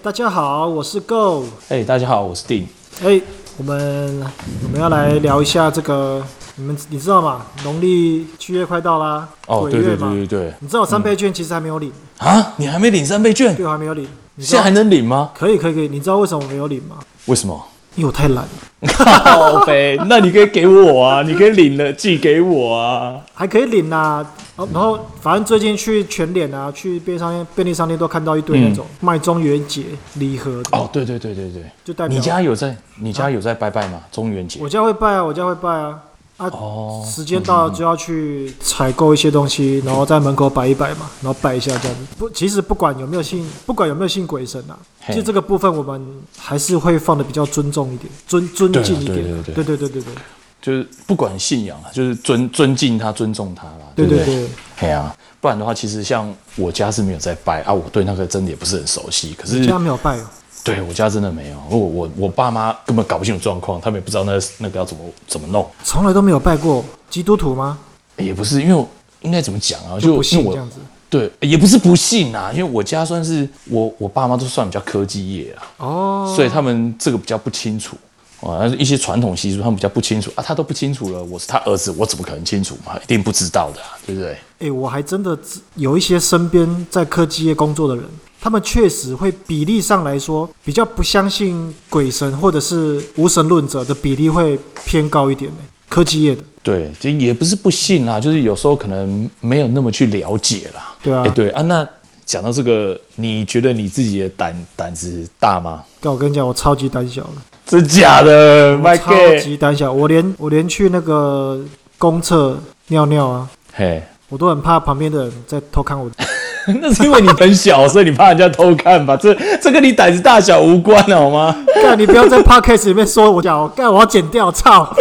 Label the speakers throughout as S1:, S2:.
S1: 大家好，我是 Go。
S2: 哎、大家好，我是丁。
S1: 哎、我们我们要来聊一下这个，你们你知道吗？农历七月快到啦，
S2: 哦，
S1: 鬼
S2: 对
S1: 月
S2: 对
S1: 嘛。
S2: 对对嗯对
S1: 你知道我三倍券其实还没有领，
S2: 啊！你还没领三倍券，
S1: 对，我还没有领。你知
S2: 现在
S1: 道
S2: 还能领吗？
S1: 可以可以可以，你知道为什么我没有领吗？
S2: 为 什么？
S1: 因为我太懒了。
S2: 靠呗，那你可以给我啊，你可以领了寄给我啊。
S1: 还可以领啦、哦然后反正最近去全脸啊，去便利商店、便利商店都看到一堆那种卖中元节礼盒的，
S2: 嗯哦，对对对对对，
S1: 就代表
S2: 你家有在你家有在拜拜
S1: 啊
S2: 吗？中元节
S1: 我家会拜啊，我家会拜啊啊，
S2: 哦，
S1: 时间到了就要去采购一些东西，然后在门口摆一摆嘛，然后拜一下这样子。不，其实不管有没有信，不管有没有信鬼神啊，
S2: 嘿
S1: 其实这个部分我们还是会放的比较尊重一点，尊尊敬一点啊。
S2: 对啊对
S1: 对
S2: 对对
S1: 对对对对
S2: 就是不管信仰啊，就是尊尊敬他，尊重他啦，
S1: 对
S2: 不
S1: 对对，
S2: 哎呀、不然的话，其实像我家是没有在拜啊，我对那个真的也不是很熟悉。可是
S1: 对，家没有拜哦。
S2: 对我家真的没有，我我我爸妈根本搞不清楚状况，他们也不知道那那个要怎么怎么弄。
S1: 从来都没有拜过基督徒吗？
S2: 也不是，因为我应该怎么讲啊？
S1: 就
S2: 就
S1: 不信
S2: 因为
S1: 这
S2: 我
S1: 样子。
S2: 对，也不是不信啊，因为我家算是我我爸妈都算比较科技业啊，
S1: 哦，
S2: 所以他们这个比较不清楚啊，但是一些传统习俗他们比较不清楚啊，他都不清楚了，我是他儿子，我怎么可能清楚嘛？一定不知道的、啊，对不对？
S1: 哎、我还真的知有一些身边在科技业工作的人，他们确实会比例上来说比较不相信鬼神或者是无神论者的比例会偏高一点呢、科技业的，
S2: 对，就也不是不信啦，就是有时候可能没有那么去了解啦。
S1: 对啊
S2: 哎对啊，那讲到这个，你觉得你自己的胆胆子大吗？
S1: 但我跟你讲，我超级胆小的，
S2: 真假的，
S1: 我
S2: 麦
S1: 超
S2: 克，
S1: 级胆小，我连我连去那个公厕尿尿啊，
S2: 嘿。
S1: 我都很怕旁边的人在偷看我的。
S2: 那是因为你很小，所以你怕人家偷看吧？这这跟你胆子大小无关，好吗？
S1: 干，你不要在 podcast 里面说我小，干，我要剪掉，操！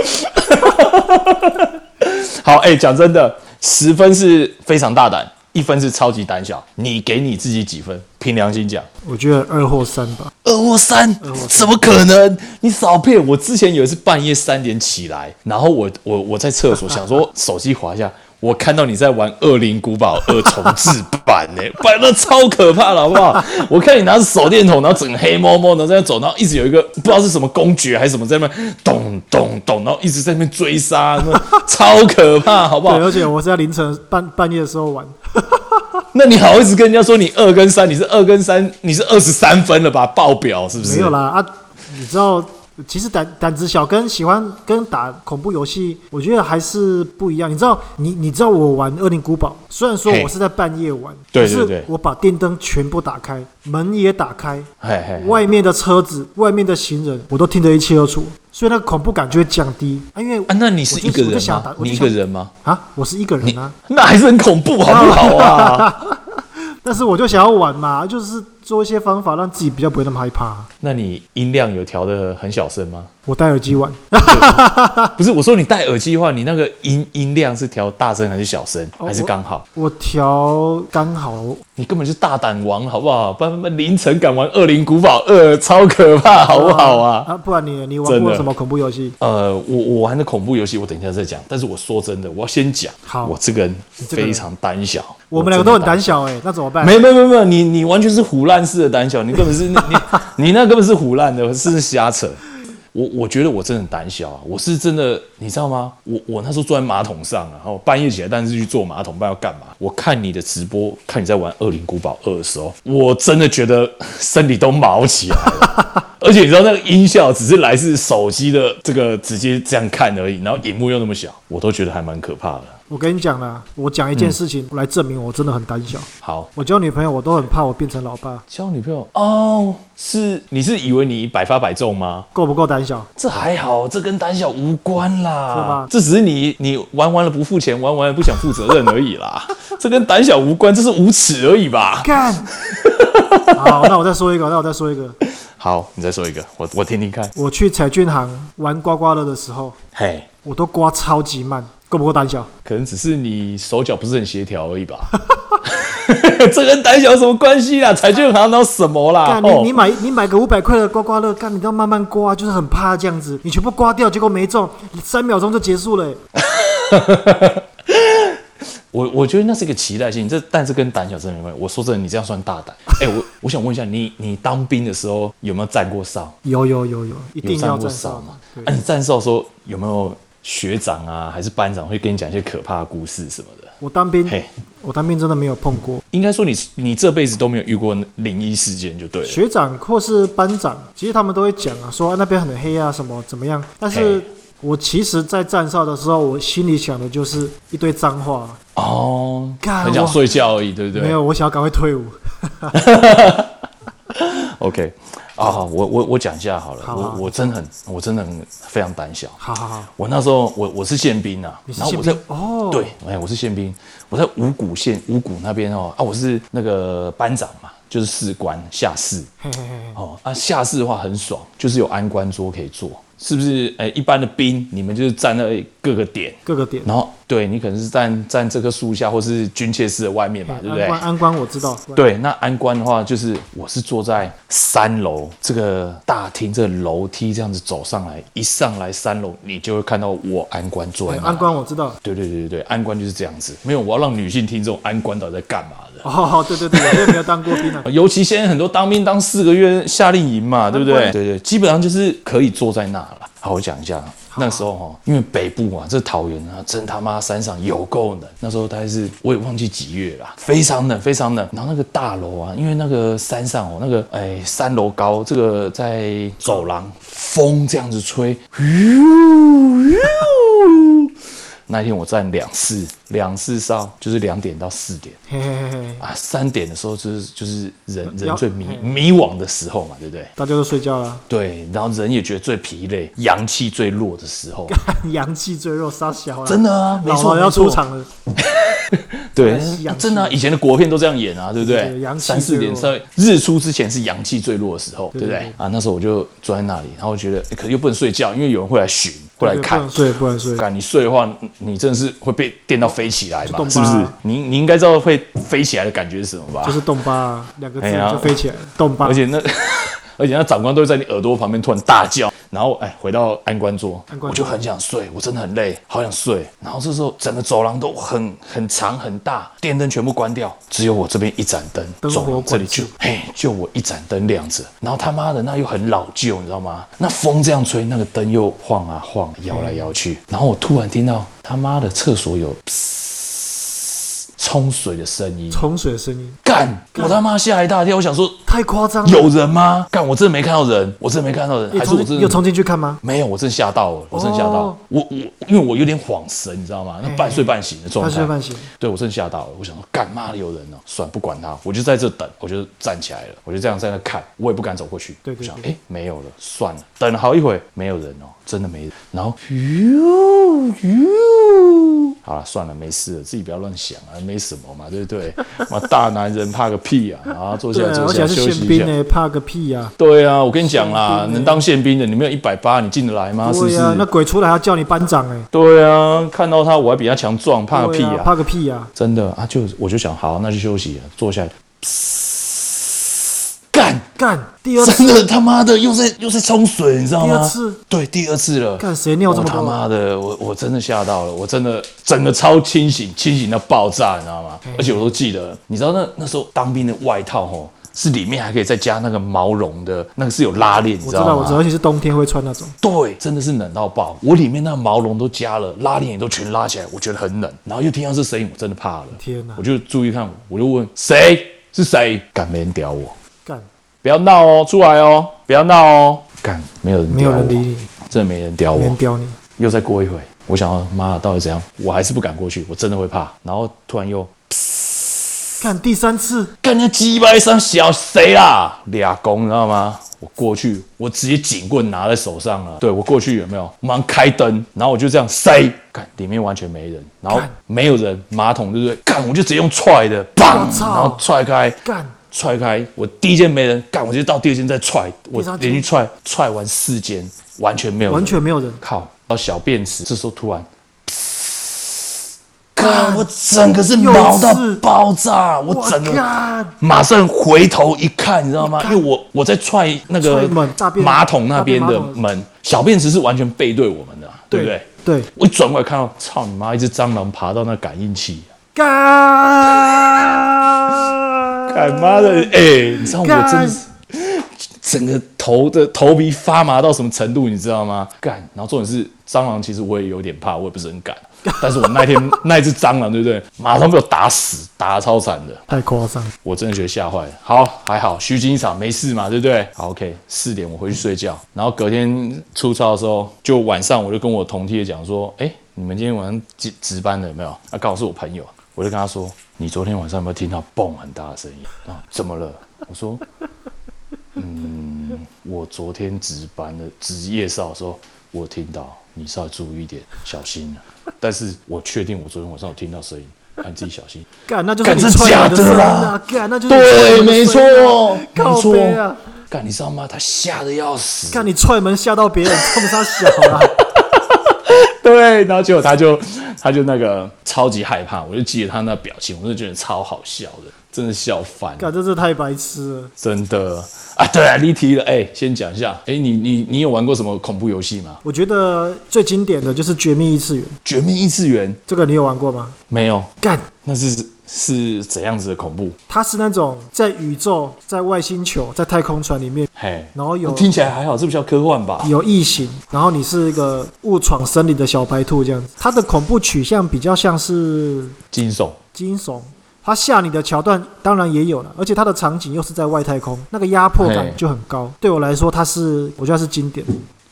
S2: 好，哎、讲真的，十分是非常大胆，一分是超级胆小。你给你自己几分？凭良心讲，
S1: 我觉得二或三吧。
S2: 二或三，怎么可能？你少骗我！之前有一次半夜三点起来，然后我我我在厕 所想说手机滑一下。我看到你在玩《恶灵古堡二》重置版呢、版的超可怕了，好不 好？我看你拿着手电筒，然后整个黑摸摸，然后在那走，然后一直有一个不知道是什么公爵还是什么在那边咚咚咚，然后一直在那边追杀，那超可怕，好不好
S1: 对，？而且我是在凌晨半半夜的时候玩。
S2: 那你好意思跟人家说你二跟三？你是二跟三？你是二十三分了吧？爆表是不是？
S1: 没有啦啊，你知道，其实胆胆子小跟喜欢跟打恐怖游戏，我觉得还是不一样。你知道，你你知道我玩《恶灵古堡》，虽然说
S2: 嘿
S1: 我是在半夜玩，
S2: 对
S1: 可是
S2: 对对
S1: 我把电灯全部打开，门也打开，
S2: 嘿，嘿嘿，
S1: 外面的车子、外面的行人，我都听得一清二楚，所以那个恐怖感就会降低啊。因为
S2: 啊，那你是
S1: 我就
S2: 一个
S1: 我就
S2: 人
S1: 想打
S2: 吗？
S1: 我
S2: 你
S1: 就
S2: 一
S1: 想
S2: 个人吗？
S1: 啊，我是一个人啊。
S2: 那还是很 恐怖，好不好啊？
S1: 但是我就想要玩嘛，就是做一些方法让自己比较不会那么害怕。啊
S2: 那你音量有调的很小声吗？
S1: 我戴耳机玩，
S2: 不是，我说你戴耳机的话，你那个音音量是调大声还是小声，还是刚好？
S1: 哦我调刚好
S2: 你根本是大胆王，好不好？不然不然凌晨敢玩《恶灵古堡二》，超 可怕，好不好啊？
S1: 啊，不然你你玩
S2: 真
S1: 过
S2: 的
S1: 什么恐怖游戏？
S2: 呃，我我玩的恐怖游戏，我等一下再讲。但是我说真的，我要先讲，
S1: 好
S2: 我这个人
S1: 这个人
S2: 非常胆小，
S1: 我们两个都很胆小哎、那怎么办？
S2: 没有没有没有没有，你你完全是胡乱式的胆小，你根本是 你你你那根本是胡乱的，是瞎扯。我我觉得我真的很胆小啊，我是真的，你知道吗？我我那时候坐在马桶上啊，然后半夜起来，但是去坐马桶，不知道要干嘛。我看你的直播，看你在玩《恶灵古堡二》的时候，我真的觉得身体都毛起来了。 而且你知道那个音效只是来自手机的这个直接这样看而已，然后荧幕又那么小，我都觉得还蛮可怕的。
S1: 我跟你讲啦，我讲一件事情、来证明我真的很胆小。
S2: 好，
S1: 我交女朋友，我都很怕我变成老爸，
S2: 交女朋友哦，是你是以为你百发百中吗？
S1: 够不够胆小？
S2: 这还好，这跟胆小无关
S1: 是吗
S2: 啦，这只是你你玩完了不付钱，玩完了不想负责任而已啦， 这跟胆小无关，这是无耻而已吧？
S1: 干！好，那我再说一个，那我再说一个。
S2: 好，你再说一个，我我听听看。
S1: 我去彩券行玩刮刮乐的时候，
S2: 嘿，
S1: 我都刮超级慢，够不够胆小？
S2: 可能只是你手脚不是很协调而已吧。 这跟胆小有什么关系啦？彩券行哪有什么啦？
S1: 干你
S2: 哦
S1: 你，买你买个五百块的刮刮乐，干你都要慢慢刮，就是很怕这样子。你全哎部刮掉，结果没中，三秒钟就结束了欸、
S2: 我我觉得那是一个期待性，这但是跟胆小真的没关系。我说真的，你这样算大 胆。哎、我我想问一下，你你当兵的时候有没有站过哨？
S1: 有有有有，一
S2: 有
S1: 定要
S2: 过
S1: 站
S2: 哨
S1: 哨
S2: 吗？啊，
S1: 对，
S2: 你站哨的时候有没有学长啊，还是班长会跟你讲一些可怕的故事什么的？
S1: 我当兵
S2: 嘿，
S1: 我当兵真的没有碰过
S2: 应该说你你这辈子都没有遇过灵异事件就对了。
S1: 学长或是班长，其实他们都会讲啊，说、啊那边很黑啊，什么怎么样。但是
S2: 嘿
S1: 我其实，在站哨的时候，我心里想的就是一堆脏话，
S2: 哦，
S1: 干
S2: 很想
S1: 我
S2: 睡觉而已，对不对？
S1: 没有，我想要赶快退伍。
S2: OK，啊，好我我我讲一下好了，
S1: 好啊
S2: 我我真的很我真的很非常胆小。
S1: 好好好，
S2: 我那时候我我是宪兵啊
S1: 你，是
S2: 然后
S1: 宪
S2: 我在
S1: 兵哦，
S2: 对，哎，我是宪兵，我在五股县五股那边哦，啊，我是那个班长嘛，就是士官下士
S1: 嘿嘿嘿嘿，
S2: 哦，啊，下士的话很爽，就是有安官桌可以坐，是不是？哎，一般的兵你们就是站在各个点，
S1: 各个点。
S2: 然后对你可能是站站这棵树下，或是军械室的外面嘛，对不对
S1: 哎安？官安官我知道，
S2: 对，那安官的话，就是我是坐在三楼这个大厅，这个楼梯这样子走上来，一上来三楼，你就会看到我安官坐在
S1: 哎
S2: 那。
S1: 安官我知道。
S2: 对对对对对，安官就是这样子。没有，我要让女性听众安官到底在干嘛的。
S1: 哦，对对对，我也没有当过兵啊。
S2: 尤其现在很多当兵当四个月夏令营嘛，对不啊对？
S1: 安官
S2: 对对，基本上就是可以坐在那了。好，我讲一下那时候哈、哦，因为北部啊，这桃园啊，真他妈山上有够冷。那时候大概是我也忘记几月啦，非常冷，非常冷。然后那个大楼啊，因为那个山上哦，那个哎三楼高，这个在走廊风这样子吹，呦呦。那一天我站两次，两次哨就是两点到四点。
S1: 嘿嘿嘿嘿，
S2: 啊，三点的时候就是就是人人
S1: 要
S2: 最迷
S1: 嗯
S2: 迷惘的时候嘛，对不对？
S1: 大家都睡觉了，
S2: 对，然后人也觉得最疲累、阳气最弱的时 候，
S1: 阳气最弱，杀小了。
S2: 真的啊，没
S1: 老
S2: 错，
S1: 了要
S2: 没错
S1: 出，场了，
S2: 对
S1: 还是，阳气
S2: 真的啊，以前的国片都这样演啊，对不
S1: 对
S2: 对？
S1: 阳气
S2: 三四
S1: 最
S2: 点
S1: 弱
S2: 在日出之前是阳气最弱的时候，对不
S1: 对
S2: 对
S1: 对？
S2: 啊，那时候我就坐在那里，然后觉得，诶可又不能睡觉，因为有人会来巡，会来
S1: 对
S2: 看，
S1: 不能睡，不能睡。
S2: 干你睡的话，你你真的是会被电到飞起来
S1: 就
S2: 嘛
S1: 动？吧
S2: 是不是？你你应该知道会飞起来的感觉是什么吧？
S1: 就是洞八啊两个字
S2: 哎呀
S1: 就飞起来了，洞八
S2: 而。且那 而且那长官都会在你耳朵旁边突然大叫，然后哎回到安官桌，
S1: 安官桌
S2: 我就很想睡，我真的很累，好想睡。然后这时候整个走廊都很很长很大，电灯全部关掉，只有我这边一盏灯，
S1: 灯火
S2: 走廊这里
S1: 管制
S2: 就嘿就我一盏灯亮着，然后他妈的那又很老旧，你知道吗？那风这样吹，那个灯又晃啊晃，摇来摇
S1: 嗯
S2: 去，然后我突然听到他妈的厕所有。冲水的声音，
S1: 冲水的声音
S2: 干！我他妈吓一大跳，我想说
S1: 太夸张了，
S2: 有人吗？干，我真的没看到人，我真的没看到人，
S1: 嗯你
S2: 还是
S1: 冲
S2: 我真
S1: 进有
S2: 的
S1: 冲进去看吗？
S2: 没有，我真的吓到了，我真的吓到了
S1: 哦
S2: 我我因为我有点恍神，你知道吗？那半睡半醒的状
S1: 半
S2: 态
S1: 睡，半醒，
S2: 对我真的吓到了，我想说干妈的有人哦、算了不管他，我就在这等，我就站起来了，我就这样在那看，我也不敢走过去，
S1: 对对
S2: 我想哎、
S1: 对
S2: 诶没有了，算了，等了好一会没有人哦、真的没人，然后呦呦，好了算了，没事了，自己不要乱想啊，没什么嘛，对不对？妈大男人怕个屁啊，啊坐下
S1: 对
S2: 来
S1: 啊，
S2: 坐
S1: 而
S2: 下
S1: 且
S2: 来
S1: 还
S2: 休
S1: 是
S2: 息
S1: 宪
S2: 一下
S1: 兵。呢，怕个屁呀！
S2: 对啊，我跟你讲啦，
S1: 宪兵欸
S2: 能当宪兵的，你没有一百八，你进得来吗？是不
S1: 对啊呀，那
S2: 是？
S1: 鬼出来还要叫你班长哎，
S2: 对啊，看到他我还比他强壮，怕个
S1: 对
S2: 屁
S1: 啊
S2: 啊！
S1: 怕个屁呀！
S2: 真的啊，就我就想，好，那就休息了，坐下来。干，
S1: 干，第二次
S2: 真的他妈的又在又在冲水，你知道
S1: 第
S2: 吗？
S1: 二次，
S2: 对，第二次了。
S1: 干谁尿这么
S2: 我他
S1: 多？
S2: 妈的，我我真的吓到了，我真的整个超清醒，清醒到爆炸，你知道吗？而且我都记得，你知道那那时候当兵的外套哦，是里面还可以再加那个毛绒的，那个是有拉链，你
S1: 我
S2: 知
S1: 知
S2: 道
S1: 道，
S2: 吗？
S1: 我知道，而且是冬天会穿那种。
S2: 对，真的是冷到爆。我里面那毛绒都加了，拉链也都全拉起来，我觉得很冷。然后又听到这声音，我真的怕了。
S1: 天哪
S2: 我就注意看，我就问谁是谁，敢没人屌我？
S1: 干，
S2: 不要闹哦，出来哦，不要闹哦。敢没有人
S1: 没
S2: 屌
S1: 有
S2: 我，
S1: 人理你，
S2: 真的没人屌
S1: 没
S2: 我
S1: 人。屌你。
S2: 又再过一会，我想要妈的到底怎样？我还是不敢过去，我真的会怕。然后突然又
S1: 看第三次，
S2: 干那鸡巴一声小谁啦？俩公，你知道吗？我过去，我直接警棍拿在手上了。对我过去有没有？我马上开灯，然后我就这样塞，干里面完全没人，然后
S1: 干
S2: 没有人，马桶对不对？干我就直接用踹的，砰，
S1: 我操
S2: 然后踹开，
S1: 干，
S2: 踹开。我第一间没人，干我就到第二间再踹，我
S1: 第三间
S2: 连续踹踹完四间，完全没有人，
S1: 完全没有人。
S2: 靠到小便池，这时候突然，干我整个是毛到
S1: 又是
S2: 爆炸，我
S1: 我
S2: 整个。
S1: 干，
S2: 马上回头一看，你知道吗？因
S1: 看
S2: 为我我在踹那
S1: 踹
S2: 个
S1: 门大便
S2: 马桶那边的
S1: 大便马桶
S2: 门，小便池是完全背对我们的啊、对不对？
S1: 对，
S2: 我一转过来看到，操你妈！一只蟑螂爬到那感应器，
S1: 干，
S2: 哎妈的，哎、你知道我真的
S1: 干
S2: 是整个头的头皮发麻到什么程度，你知道吗？干，然后重点是蟑螂，其实我也有点怕，我也不是很敢。但是我那天 那一只蟑螂，对不对？马上被我打死，打得超惨的，
S1: 太夸张了，
S2: 我真的觉得吓坏了。好，还好虚惊一场，没事嘛，对不对？好，OK，四点我回去睡觉，然后隔天出操的时候，就晚上我就跟我同梯的讲说，哎、你们今天晚上值值班了有没有？啊，刚好是我朋友，我就跟他说，你昨天晚上有没有听到嘣很大的声音？啊，怎么了？我说，嗯我昨天值班的值夜哨的时候，我听到，你稍微注意一点，小心、啊。但是我确定我昨天晚上有听到声音，啊你自己小心。
S1: 干，那就是
S2: 干
S1: 你
S2: 是
S1: 踹
S2: 假
S1: 门的
S2: 的
S1: 声音
S2: 啦
S1: 啊，干，那就是你踹
S2: 对，
S1: 门的
S2: 没错
S1: 声音啊，
S2: 没
S1: 靠
S2: 错
S1: 背啊，。
S2: 干，你知道吗？他吓得要死。
S1: 干你踹门吓到别人，冲他小啊，
S2: 对，然后结果他就他就那个超级害怕，我就记得他那表情，我就觉得超好笑的，真的笑翻了，
S1: 干，这是太白痴了。
S2: 真的啊！对啊，离题了。哎、先讲一下，哎、你你你有玩过什么恐怖游戏吗？
S1: 我觉得最经典的就是《绝命异次元》，
S2: 《绝命异次元》
S1: 这个你有玩过吗？
S2: 没有，
S1: 干，
S2: 那是是怎样子的恐怖？
S1: 它是那种在宇宙、在外星球、在太空船里面
S2: 嘿，
S1: 然后有
S2: 听起来还好，这不叫科幻吧？
S1: 有异形，然后你是一个误闯森林的小白兔这样子。它的恐怖取向比较像是
S2: 惊悚，
S1: 惊悚，它吓你的桥段当然也有了，而且它的场景又是在外太空，那个压迫
S2: 嘿
S1: 感就很高。对我来说，它是我觉得它是经典。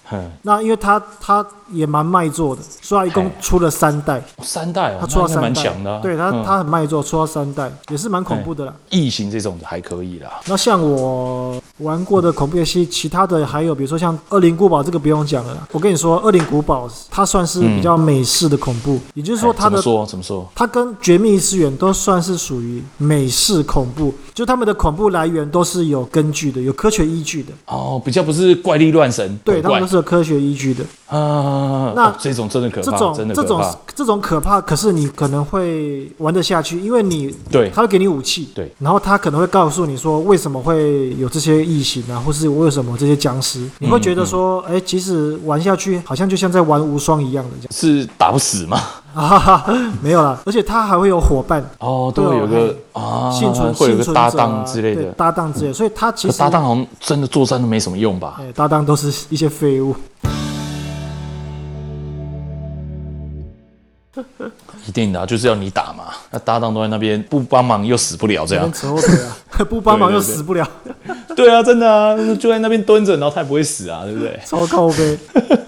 S2: 哼，
S1: 那因为它它也蛮卖座的，所以它一共
S2: 嘿
S1: 出了三代，
S2: 三代哦，
S1: 它出到
S2: 那应该
S1: 三
S2: 蛮
S1: 代
S2: 强的啊、，
S1: 对它
S2: 嗯
S1: 它很卖座，出到三代也是蛮恐怖的啦。
S2: 异形这种的还可以啦，
S1: 那像我玩过的恐怖游戏，其他的还有比如说像《恶灵古堡》，这个不用讲了啦。我跟你说，《恶灵古堡》它算是
S2: 嗯
S1: 比较美式的恐怖，也就是说
S2: 哎
S1: 它
S2: 怎么
S1: 的。
S2: 说怎么说？
S1: 它跟《绝命异次元》都算是属于美式恐怖，就他们的恐怖来源都是有根据的，有科学依据的。
S2: 哦，比较不是怪力乱神，
S1: 对，他们
S2: 鬼怪
S1: 都是有科学依据的。
S2: 啊，
S1: 那
S2: 哦这种真的可
S1: 这
S2: 怕，真
S1: 种
S2: 的
S1: 这
S2: 可
S1: 种
S2: 怕，
S1: 这种可怕，可是你可能会玩得下去，因为你
S2: 对
S1: 他会给你武器，
S2: 对
S1: 然后他可能会告诉你说为什么会有这些异形啊，或是为什么这些僵尸，你会觉得说，
S2: 嗯
S1: 哎、其实玩下去好像就像在玩无双一样的这
S2: 是打不死嘛？
S1: 样，啊哈哈，没有啦，而且他还会有伙伴，
S2: 哦，都会
S1: 对哦
S2: 有个啊，
S1: 幸存
S2: 会有
S1: 幸
S2: 个
S1: 存
S2: 搭
S1: 者啊
S2: 档之类
S1: 对
S2: 的，嗯
S1: 搭档之类的，所以他其
S2: 可
S1: 实
S2: 搭档好像真的作战都没什么用吧？
S1: 哎，搭档都是一些废物。
S2: 一定的啊，就是要你打嘛，那搭档都在那边不帮忙又死不了这
S1: 跟
S2: 样，
S1: 扯后腿啊， 不帮忙
S2: 对
S1: 又
S2: 对对
S1: 死不了，
S2: 对啊，真的啊，就在那边蹲着，然后他也不会死啊，对不对？
S1: 超靠 背。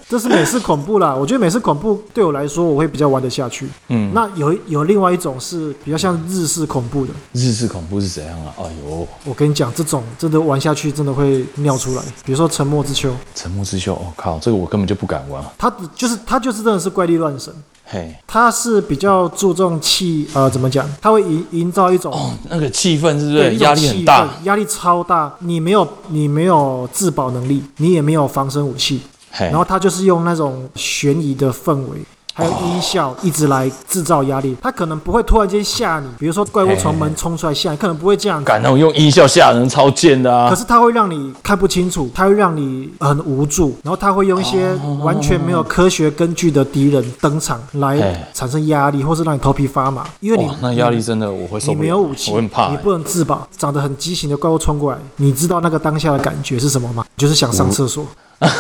S1: 这是美式恐怖啦，我觉得美式恐怖对我来说，我会比较玩得下去。嗯，那有一有另外一种是比较像日式恐怖的，
S2: 日式恐怖是怎样啊？哎呦，
S1: 我跟你讲，这种真的玩下去真的会尿出来。比如说《沉默之丘》，
S2: 沉默之秀，我、靠，这个我根本就不敢玩。
S1: 它就是它就是真的是怪力乱神，
S2: 嘿，
S1: 它是比较注重气呃怎么讲，它会营营造一种。
S2: 哦，那个气氛是不
S1: 一
S2: 是
S1: 种
S2: 压力
S1: 气
S2: 很
S1: 氛
S2: 大？，
S1: 压力超大。你没有，你没有自保能力，你也没有防身武器，
S2: 嘿
S1: 然，后他就是用那种悬疑的氛围。还有音
S2: 哦
S1: 效一直来制造压力，他可能不会突然间吓你，比如说怪物从门冲出来吓你，可能不会这样子，
S2: 哎敢那种用音效吓人，超贱的
S1: 可
S2: 啊！
S1: 是他会让你看不清楚，他会让你很无助，然后他会用一些
S2: 哦
S1: 完全没有科学根据的敌人登场
S2: 嘿
S1: 来产生压力，或是让你头皮发麻，因为你
S2: 哎哇，那压力真的我会受
S1: 你
S2: 不了，
S1: 没有武器，
S2: 我很怕、
S1: 你
S2: 欸。
S1: 不能自保。长得很畸形的怪物冲过来，你知道那个当下的感觉是什么吗？就是想上厕所。
S2: 嗯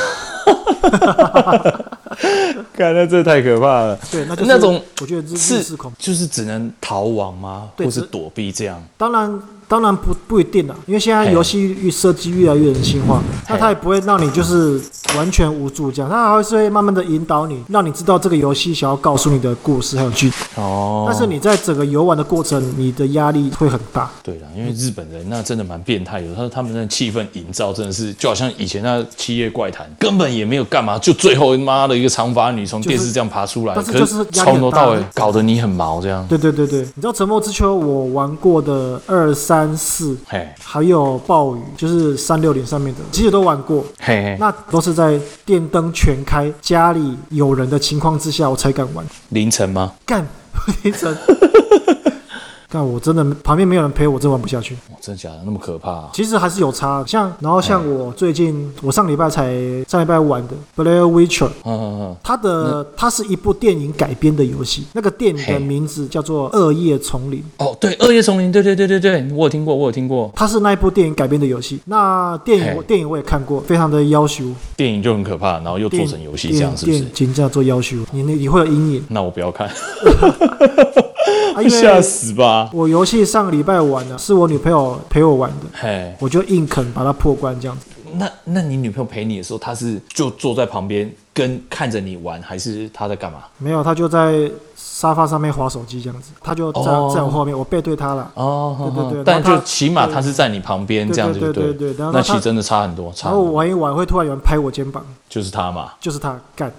S2: 看，那这太可怕了。
S1: 对，那就是
S2: 那种
S1: 我觉得日日式
S2: 是
S1: 恐怖。
S2: 就是只能逃亡吗？
S1: 对
S2: 或是
S1: 只
S2: 躲避这样？
S1: 当然，当然不不一定啦，因为现在
S2: 嘿
S1: 游戏越设计越来越人性化，那它也不会让你就是完全无助这样，它还是会慢慢的引导你，让你知道这个游戏想要告诉你的故事还有剧情。
S2: 哦，
S1: 但是你在整个游玩的过程，你的压力会很大。
S2: 对啦，因为日本人那真的蛮变态，有时候他们那气氛营造真的是就好像以前那《七夜怪谈》，根本也没有干嘛，就最后妈的一个长发女从电视这样爬出来，
S1: 但是
S2: 可
S1: 就是压力很大
S2: 从头到尾搞得你很毛这样。
S1: 对对对对，你知道《沉默之丘》我玩过的二三四，
S2: 嘿，
S1: 还有暴雨，就是三六零上面的，其实都玩过。
S2: 嘿嘿，
S1: 那都是在电灯全开、家里有人的情况之下，我才敢玩。
S2: 凌晨吗？
S1: 干，凌晨，但我真的旁边没有人陪我，真玩不下去。
S2: 哇真的假的那么可怕、啊？
S1: 其实还是有差，像然后像我最近，我上礼拜才上礼拜玩的《Blair Witcher》，
S2: 嗯嗯嗯，
S1: 它的它是一部电影改编的游戏，那个电影的名字叫做《恶夜丛林》。
S2: 哦，对，《恶夜丛林》，对对对对对，我有听过，我有听过，
S1: 它是那一部电影改编的游戏，那电影我
S2: 嘿
S1: 电影我也看过，非常的要求，
S2: 电影就很可怕，然后又做成游戏这
S1: 电影
S2: 样，是不
S1: 电
S2: 是
S1: 影？真叫做要求，你那你会有阴 影
S2: 那我不要看，
S1: 啊，因
S2: 吓
S1: 为
S2: 死吧！
S1: 我游戏上个礼拜玩的，是我女朋友陪我玩的，
S2: 嘿，
S1: 我就硬啃把它破关这样子。
S2: 那那你女朋友陪你的时候，她是就坐在旁边跟看着你玩，还是她在干嘛？
S1: 没有，他就在沙发上面划手机这样子，他就在、
S2: 哦
S1: 在我后面，我背对他了。
S2: 哦，
S1: 对对
S2: 哼哼
S1: 对
S2: 但
S1: 然后她
S2: 就起码她是在你旁边
S1: 对
S2: 这样子，
S1: 对
S2: 对
S1: 对
S2: 了
S1: 对对然后她
S2: 那其实真的差很多，差
S1: 然
S2: 很
S1: 后
S2: 多
S1: 玩一玩，会突然有人拍我肩膀，
S2: 就是她嘛。
S1: 就是他 干，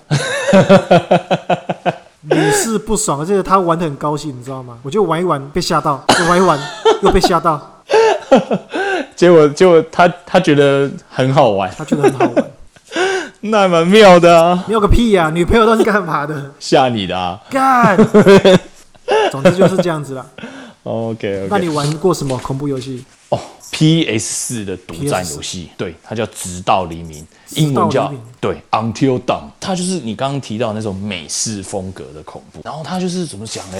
S1: 屡试不爽，而且他玩的很高兴，你知道吗？我就玩一玩被吓到，就玩一玩又被吓到，
S2: 结果结果她她觉得很好玩，
S1: 他觉得很好 玩，
S2: 那蛮妙的啊，
S1: 你有个屁呀、女朋友都是干嘛的？
S2: 吓你的啊。
S1: 干， 总之就是这样子啦。
S2: OK
S1: 那你玩过什么恐怖游戏？
S2: 哦，PS 四的独占
S1: PS4
S2: 游戏，对，它叫《直到黎明》，
S1: 直到
S2: 英文叫
S1: 黎明
S2: 对 Until Dawn，它就是你刚刚提到那种美式风格的恐怖。然后它就是怎么讲呢？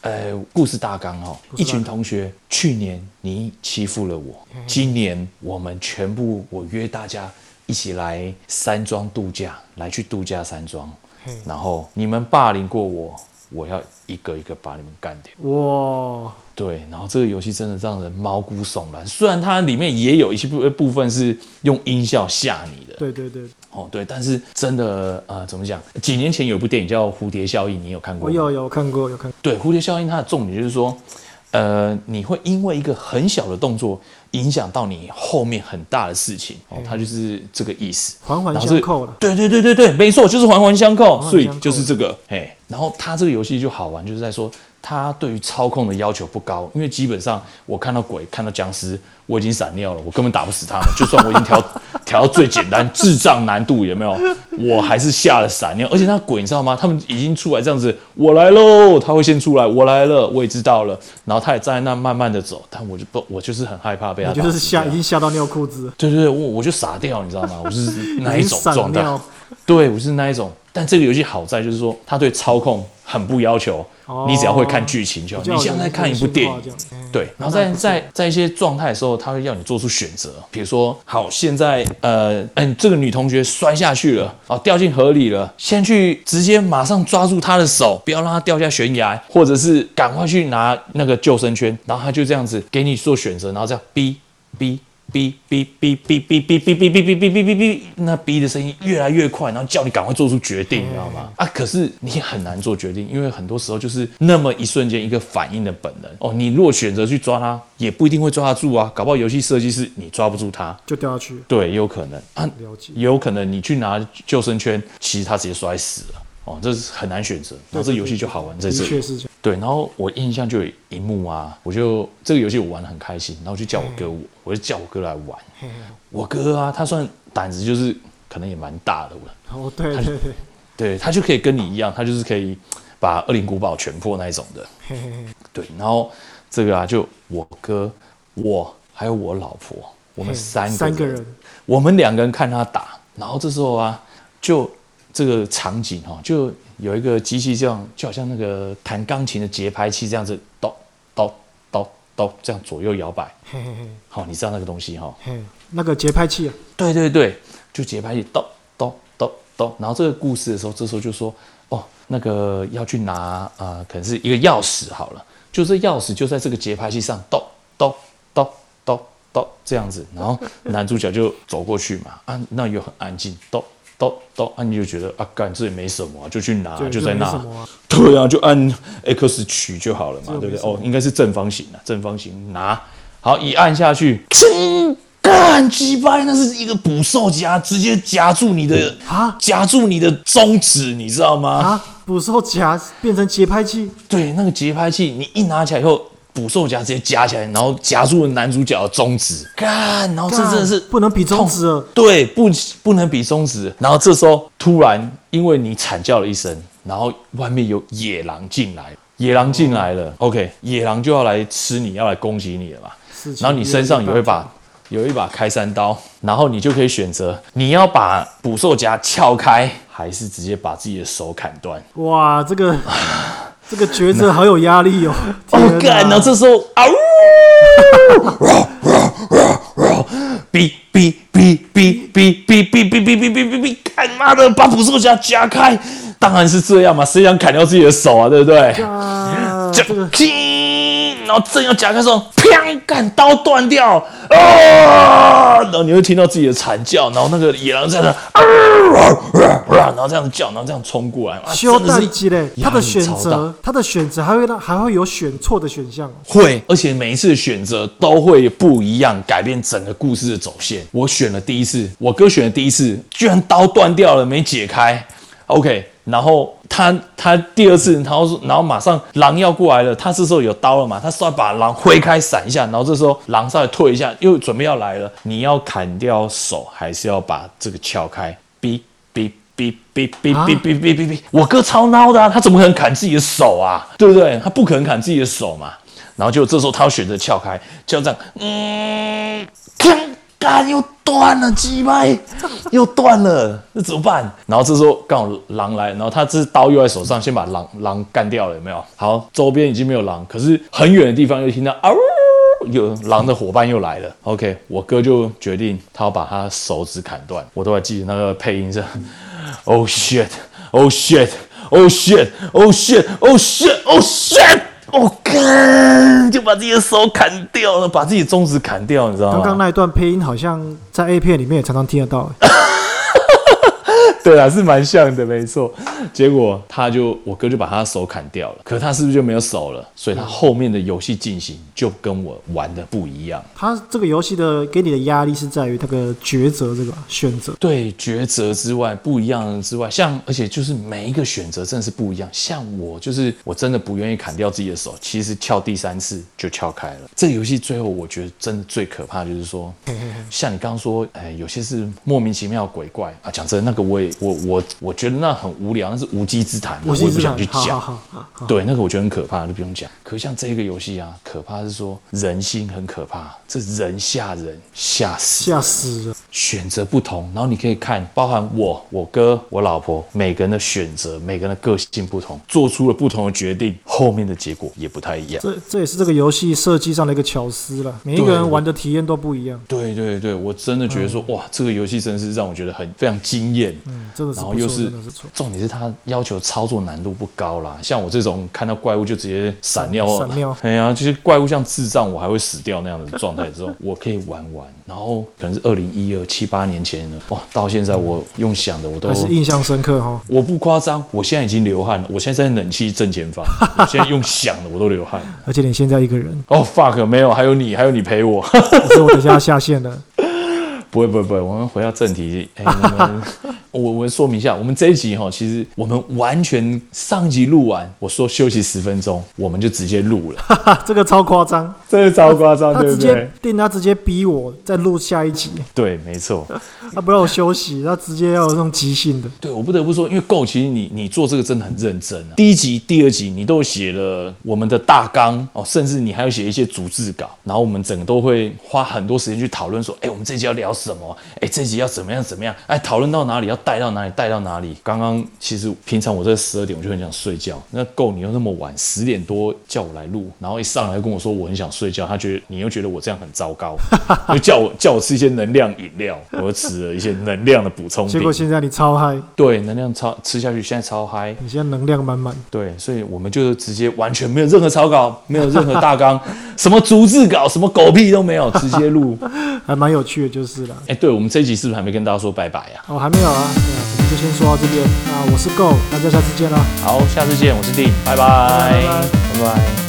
S2: 呃，故事大纲嗯哦，一群同学，去年你欺负了我，今年我们全部，我约大家一起来山庄度假，来去度假山庄
S1: 嘿，
S2: 然后你们霸凌过我，我要一个一个把你们干掉。
S1: 哇，
S2: 对，然后这个游戏真的让人毛骨悚然。虽然它里面也有一些部呃部分是用音效吓你的，
S1: 对对对，
S2: 哦对，但是真的呃怎么讲？几年前有一部电影叫《蝴蝶效应》，你有看过
S1: 我
S2: 吗？
S1: 有有看过有看过，
S2: 对，蝴蝶效应它的重点就是说，呃，你会因为一个很小的动作影响到你后面很大的事情，哦，它就是这个意思，
S1: 环环
S2: 然后这个
S1: 相扣啦
S2: 对对对对对，没错，就是环环相扣，
S1: 环
S2: 所以
S1: 相扣
S2: 就是这个，哎，然后它这个游戏就好玩，就是在说它对于操控的要求不高，因为基本上我看到鬼、看到僵尸，我已经闪尿了，我根本打不死他们， 就算我已经调调到最简单智障难度，有没有？我还是吓了闪尿，而且那鬼你知道吗？他们已经出来这样子，我来喽，他会先出来，我来了，我也知道了，然后他也站在那慢慢的走，但我就不，我就是很害怕被他
S1: 我
S2: 打死，
S1: 就是吓
S2: 这
S1: 已
S2: 样
S1: 经吓到尿裤子了，
S2: 对对对，我我就傻掉，你知道吗？我就是那一
S1: 已经
S2: 种状
S1: 闪
S2: 态。
S1: 尿。
S2: 对，我是那一种。但这个游戏好在就是说，它对操控很不要求，
S1: 哦
S2: 你只要会看剧情就好。
S1: 比较
S2: 你像
S1: 有
S2: 在看一部电影
S1: 人性化，这样嗯
S2: 对，然
S1: 那
S2: 后在
S1: 还不错
S2: 在在一些状态的时候，它会要你做出选择，比如说，好，现在呃，嗯，这个女同学摔下去了，哦，掉进河里了，先去直接马上抓住她的手，不要让她掉下悬崖，或者是赶快去拿那个救生圈，然后她就这样子给你做选择，然后这样哔哔。哔哔哔哔哔哔哔哔哔哔哔哔哔，那哔的声音越来越快，然后叫你赶快做出决定，你知道
S1: 嗯
S2: 吗？啊，可是你很难做决定，因为很多时候就是那么一瞬间一个反应的本能哦。你如果选择去抓它，也不一定会抓得住啊，搞不好游戏设计是你抓不住它，
S1: 就掉下去，
S2: 对，也有可能啊，
S1: 了解。
S2: 也有可能你去拿救生圈，其实它直接摔死了哦，这是很难选择。然后这游戏就好玩在
S1: 的
S2: 这里
S1: 确。是这样。
S2: 对，然后我印象就有一幕啊，我就这个游戏我玩的很开心，然后就叫我哥，我我就叫我哥来玩。
S1: 嘿嘿
S2: 我哥啊，他算胆子就是可能也蛮大的，我
S1: 哦，对对对，
S2: 对他就可以跟你一样，他就是可以把恶灵古堡全破那一种的。
S1: 嘿嘿嘿，
S2: 对，然后这个啊，就我哥、我还有我老婆，我们
S1: 嘿
S2: 三个
S1: 三个
S2: 人
S1: 人，
S2: 我们两个人看他打，然后这时候啊，就这个场景哈、哦，就有一个机器这样，就好像那个弹钢琴的节拍器这样子，咚咚咚咚这样左右摇摆。
S1: 嘿嘿嘿
S2: 好、你知道那个东西哈、哦？
S1: 嘿，那个节拍器啊，
S2: 对对对，就节拍器咚咚咚咚。然后这个故事的时候，这时候就说哦，那个要去拿呃，可能是一个钥匙好了，就这钥匙就在这个节拍器上咚咚咚咚咚这样子。然后男主角就走过去嘛， 啊，那又很安静，咚咚咚，啊，你就觉得啊，干这也没什么、啊，就去拿，
S1: 对
S2: 在
S1: 没
S2: 那。
S1: 什么啊，
S2: 对啊，就按 X 取就好了嘛，
S1: 个
S2: 对
S1: 没
S2: 不对？
S1: 什么
S2: 哦，应该是正方形啊，正方形拿，好一按下去，真干鸡掰，那是一个捕兽夹，直接夹住你的
S1: 啊
S2: 夹住你的中指，你知道吗？
S1: 啊，捕兽夹变成节拍器，
S2: 对，那个节拍器你一拿起来以后，捕兽夹直接夹起来，然后夹住了男主角的中指，干，然后这
S1: 干
S2: 真的是
S1: 不能比中指了，
S2: 对，不不能比中指。然后这时候突然因为你惨叫了一声，然后外面有野狼进来，野狼进来了、o
S1: 哦
S2: k 野狼就要来吃你，要来攻击你了嘛。
S1: 事情
S2: 然后你身上有一把有一把开山刀，然后你就可以选择你要把捕兽夹撬开，还是直接把自己的手砍断。
S1: 哇，这 个这个抉择好有压力哦！
S2: 哦
S1: 天，
S2: 干！然
S1: 哪
S2: 后这时候啊呜，哔哔哔哔哔哔哔哔哔哔哔哔哔，干妈的把捕兽夹夹开，当然是这样嘛，谁想砍掉自己的手啊，对不对？
S1: 啊，
S2: 这
S1: 这个
S2: 叮，然后正要夹开的时候，砰，干刀断掉，啊！然后你会听到自己的惨叫，然后那个野狼在那，啊，然后这样叫，然后这样冲过来，啊，
S1: 修
S2: 真的
S1: 蛋
S2: 是
S1: 机嘞，他
S2: 压
S1: 的
S2: 力
S1: 选
S2: 超大
S1: 择，他的选择还会让还会有选错的选项哦。
S2: 会，而且每一次的选择都会不一样，改变整个故事的走线。我选了第一次，我哥选了第一次，居然刀断掉了，没解开。OK，然后他他第二次，然后说然后马上狼要过来了，他这时候有刀了嘛，他稍微把狼挥开闪一下，然后这时候狼稍微退一下，又准备要来了，你要砍掉手，还是要把这个撬开？哔哔哔哔哔
S1: 啊
S2: 哔哔哔哔哔，我哥超孬的、啊，他怎么可能砍自己的手啊？对不对？他不可能砍自己的手嘛。然后就这时候他要选择撬开，就这样，嗯，砰，干又断了，鸡掰，又断了，那怎么办？然后这时候刚好狼来，然后他这刀又在手上，先把狼狼干掉了，有没有？好，周边已经没有狼，可是很远的地方又听到啊呜。有狼的伙伴又来了。OK，我哥就决定他要把他手指砍断，我都还记得那个配音是，Oh shit, Oh shit, Oh shit, Oh shit, Oh shit, Oh shit。我干，就把自己的手砍掉了，把自己中指砍掉，你知道吗？
S1: 刚刚那一段配音好像在 A 片里面也常常听得 到，哎
S2: 对啊，是蛮像的，没错。结果他就我哥就把他的手砍掉了，可他是不是就没有手了？所以他后面的游戏进行就跟我玩的不一样。
S1: 他这个游戏的给你的压力是在于那个抉择这个选择。
S2: 对抉择之外，不一样的之外，像而且就是每一个选择真的是不一样。像我就是我真的不愿意砍掉自己的手，其实撬第三次就撬开了。这个游戏最后我觉得真的最可怕就是 说，像你刚刚说，哎，有些是莫名其妙的鬼怪啊。讲真的，那个我也我我我觉得那很无聊，那是无稽之谈啊，
S1: 我
S2: 我
S1: 是
S2: 也不
S1: 想
S2: 想去，
S1: 好好
S2: 讲。
S1: 好好好，
S2: 对，那个我觉得很可怕，就不用讲。可是像这个游戏啊，可怕是说人心很可怕，这人吓人，吓死
S1: 吓死了！
S2: 选择不同，然后你可以看，包含我、我哥、我老婆，每个人的选择，每个人的个性不同，做出了不同的决定，后面的结果也不太一样。
S1: 这这也是这个游戏设计上的一个巧思了，每一个
S2: 对
S1: 人玩的体验都不一样，
S2: 对对对，我真的觉得说，哇，这个游戏真是让我觉得很非常惊艳。
S1: 嗯，真的是
S2: 然
S1: 不
S2: 后
S1: 错，
S2: 又是
S1: 真的是不错。
S2: 重点是它要求操作难度不高啦，像我这种看到怪物就直接闪尿，
S1: 闪尿
S2: 哎呀，就是怪物像智障我还会死掉那样的状态之后， 我可以玩玩。然后可能是二零一二七八年前呢，哇，到现在我用想的我都
S1: 还是印象深刻哈、哦。
S2: 我不夸张，我现在已经流汗了，我现在在冷气正前方， 我现在用想的我都流汗。
S1: 而且你现在一个人，
S2: 哦、fuck，没有，还有你，还有你陪我。
S1: 可是我等一下要下线了。
S2: 不会不会不会，我们回到正题。哎、我们 我我说明一下，我们这一集哈，其实我们完全上一集录完，我说休息十分钟，我们就直接 录了，
S1: 啊，这个超夸张，
S2: 真的超夸张，
S1: 他
S2: 啊
S1: 哦
S2: 对
S1: 直
S2: 不
S1: 接
S2: 对？
S1: 定他直接逼我再录下一集，
S2: 对，没错。
S1: 他不让我休息，他直接要有那种即兴的。
S2: 对我不得不说，因为 Go 其实你你做这个真的很认真啊。第一集、第二集你都有写了我们的大纲哦，甚至你还有写一些逐字稿，然后我们整个都会花很多时间去讨论说，哎，我们这集要聊什么？哎，这集要怎么样怎么样？哎，讨论到哪里要带到哪里带到哪里？刚刚其实平常我这十二点我就很想睡觉，那 Go 你又那么晚十点多叫我来录，然后一上来就跟我说我很想睡觉，他觉得你又觉得我这样很糟糕， 就叫我叫我吃一些能量饮料，我就吃了一些能量的补充
S1: 结
S2: 品
S1: 果。现在你超嗨，
S2: 对，能量超吃下去，现在超嗨。
S1: 你现在能量满满，
S2: 对，所以我们就直接完全没有任何草稿， 没有任何大纲，什么逐字稿，什么狗屁都没有，直接 录。
S1: 还蛮有趣的，就是了。
S2: 哎，对我们这一集是不是还没跟大家说拜拜呀、
S1: 哦，还没有啊，对啊，我们就先说到这边啊。我是 Go，大家下次见啦。
S2: 好，下次见，我是丁，拜拜，
S1: 拜拜
S2: 拜拜